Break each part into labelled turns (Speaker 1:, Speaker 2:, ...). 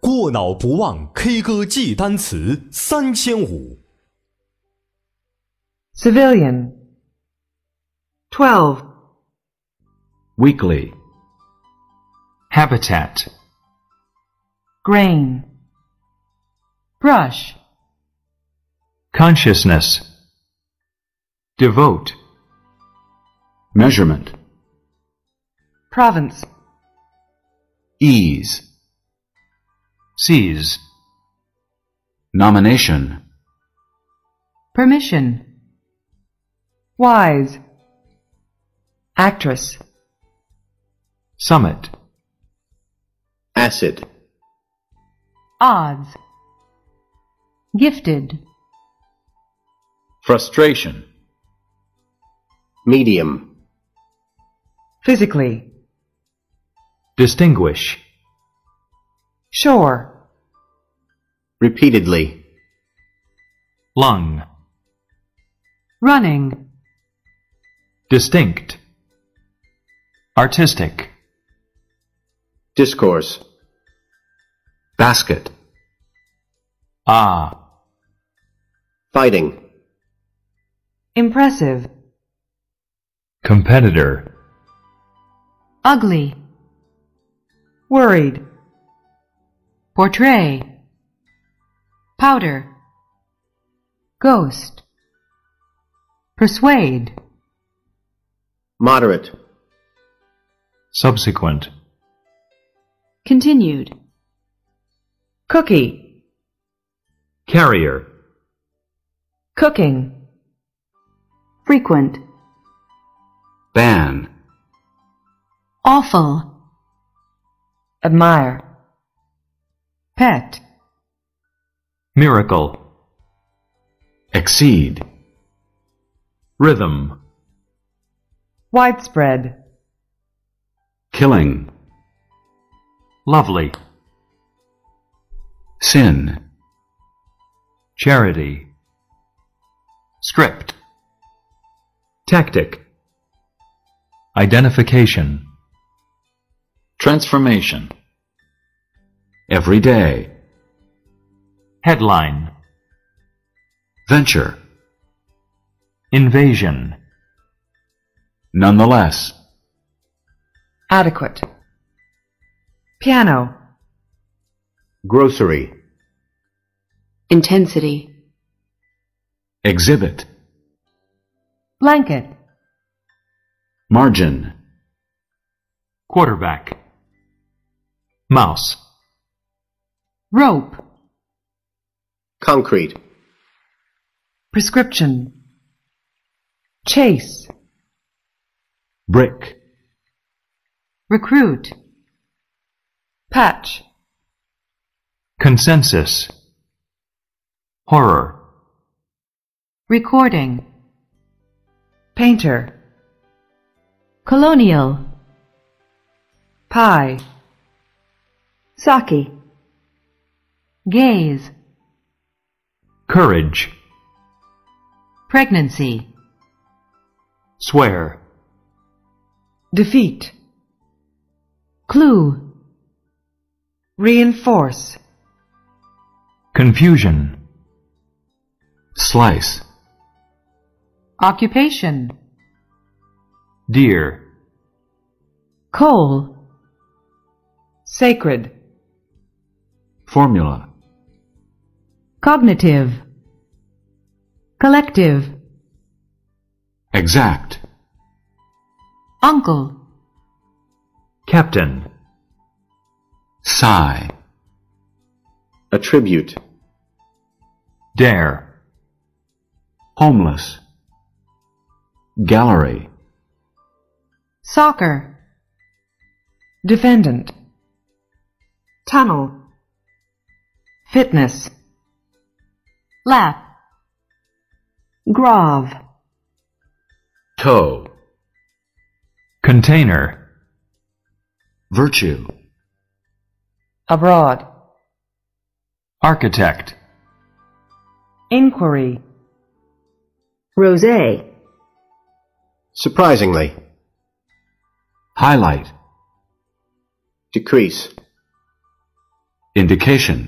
Speaker 1: 过脑不忘 K 歌记单词三千五。
Speaker 2: Civilian. 12.
Speaker 3: weekly, habitat,
Speaker 2: Grain. Brush.
Speaker 3: consciousness, devote, measurement,
Speaker 2: Province.
Speaker 3: ease, seize, nomination,
Speaker 2: Permission. Wise. Actress.
Speaker 3: summit, acid,
Speaker 2: Odds. Gifted.
Speaker 3: frustration, medium,
Speaker 2: Physically.
Speaker 3: distinguish,
Speaker 2: Sure.
Speaker 3: repeatedly, lung,
Speaker 2: Running.
Speaker 3: distinct, artistic, discourse, basket, ah, fighting,
Speaker 2: Impressive.
Speaker 3: competitor,
Speaker 2: Ugly. Worried. Portray. Powder. Ghost. Persuade.
Speaker 3: moderate, subsequent,
Speaker 2: Continued. Cookie.
Speaker 3: carrier,
Speaker 2: Cooking. Frequent.
Speaker 3: ban,
Speaker 2: Awful. Admire. Pet.
Speaker 3: miracle, exceed, rhythm,
Speaker 2: Widespread.
Speaker 3: killing, lovely, sin, charity, script, tactic, identification, transformation, every day, headline, venture, invasion, nonetheless.
Speaker 2: Adequate. Piano.
Speaker 3: Grocery.
Speaker 2: Intensity.
Speaker 3: Exhibit.
Speaker 2: Blanket.
Speaker 3: Margin. Quarterback. Mouse.
Speaker 2: Rope.
Speaker 3: Concrete.
Speaker 2: Prescription. Chase.
Speaker 3: Brick.
Speaker 2: Recruit. Patch.
Speaker 3: Consensus. Horror.
Speaker 2: Recording. Painter. Colonial. Pie. Saki. Gaze.
Speaker 3: Courage.
Speaker 2: Pregnancy.
Speaker 3: Swear.
Speaker 2: Defeat. Clue. Reinforce.
Speaker 3: Confusion. Slice.
Speaker 2: Occupation.
Speaker 3: Deer.
Speaker 2: Coal. Sacred.
Speaker 3: Formula.
Speaker 2: Cognitive. Collective.
Speaker 3: Exact.
Speaker 2: Uncle.
Speaker 3: Captain. Sigh. Attribute. Dare. Homeless. Gallery.
Speaker 2: Soccer. Defendant. Tunnel. Fitness. Lap. Grove.
Speaker 3: Toe. Container. Virtue.
Speaker 2: Abroad.
Speaker 3: Architect.
Speaker 2: Inquiry. Rosé.
Speaker 3: Surprisingly. Highlight. Decrease. indication,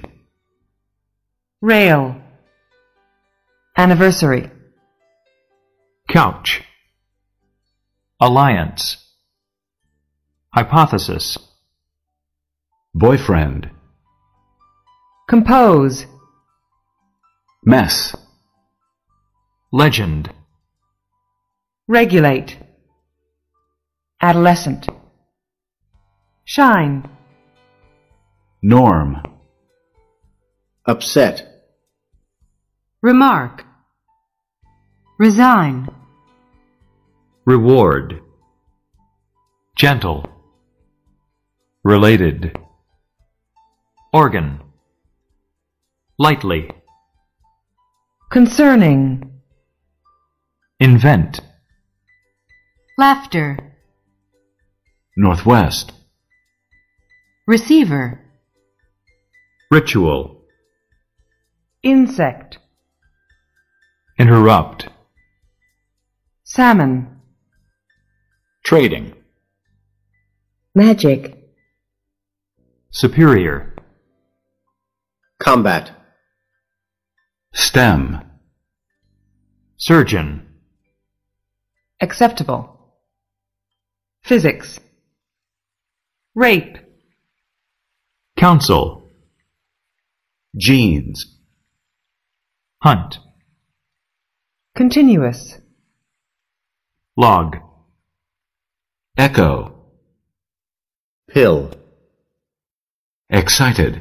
Speaker 2: rail, anniversary,
Speaker 4: couch, alliance, hypothesis,
Speaker 3: boyfriend,
Speaker 2: compose,
Speaker 3: mess,
Speaker 4: legend,
Speaker 2: regulate, adolescent, shine,
Speaker 3: norm,
Speaker 5: upset,
Speaker 2: remark, resign,
Speaker 4: reward, gentle, related, organ, lightly,
Speaker 2: concerning,
Speaker 4: invent,
Speaker 2: laughter,
Speaker 3: northwest,
Speaker 2: receiver,
Speaker 4: ritual,
Speaker 2: insect,
Speaker 4: interrupt,
Speaker 2: salmon,
Speaker 4: trading,
Speaker 2: magic,
Speaker 4: superior,
Speaker 5: combat,
Speaker 3: stem,
Speaker 4: surgeon,
Speaker 2: acceptable, physics, rape,
Speaker 4: council,
Speaker 3: jeans,
Speaker 4: hunt,
Speaker 2: continuous,
Speaker 4: log,
Speaker 3: echo,
Speaker 5: pill,
Speaker 3: excited,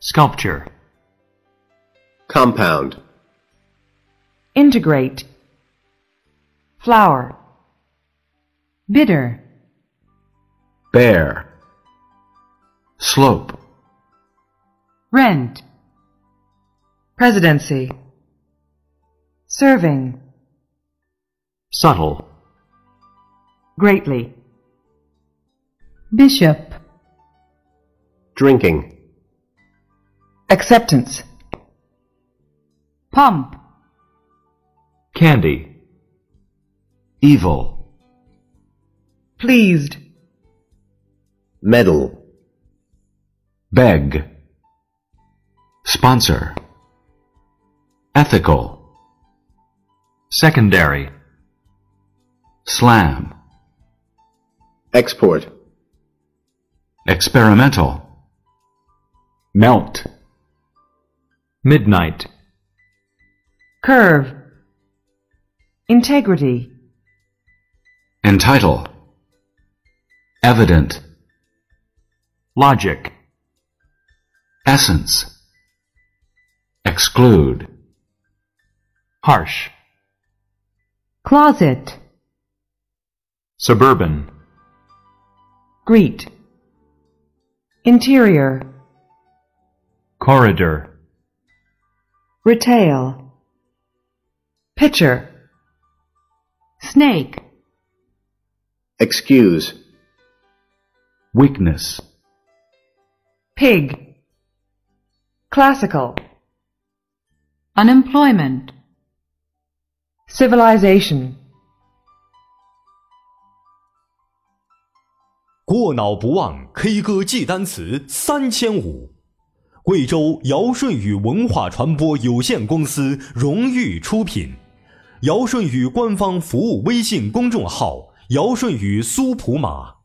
Speaker 4: sculpture,
Speaker 5: compound,
Speaker 2: integrate, flower, bitter,
Speaker 3: bear, slope,
Speaker 2: rent, presidency, serving,
Speaker 4: subtle,
Speaker 2: greatly, bishop,
Speaker 5: drinking,
Speaker 2: acceptance, pump,
Speaker 4: candy,
Speaker 3: evil,
Speaker 2: pleased,
Speaker 5: medal,
Speaker 3: beg, sponsor, ethical,
Speaker 4: secondary,
Speaker 3: slam,
Speaker 5: export,
Speaker 3: experimental, melt,
Speaker 4: midnight,
Speaker 2: curve, integrity,
Speaker 3: entitle, evident,
Speaker 4: logic,
Speaker 3: essence, exclude,
Speaker 4: harsh,
Speaker 2: closet,
Speaker 4: suburban,
Speaker 2: greet, interior,
Speaker 4: corridor,
Speaker 2: retail, pitcher, snake,
Speaker 5: excuse,
Speaker 3: weakness,
Speaker 2: pig, classical, unemployment, civilization,
Speaker 1: 过脑不忘 K 歌记单词三千五，贵州尧舜禹文化传播有限公司荣誉出品，尧舜禹官方服务微信公众号：尧舜禹苏普码。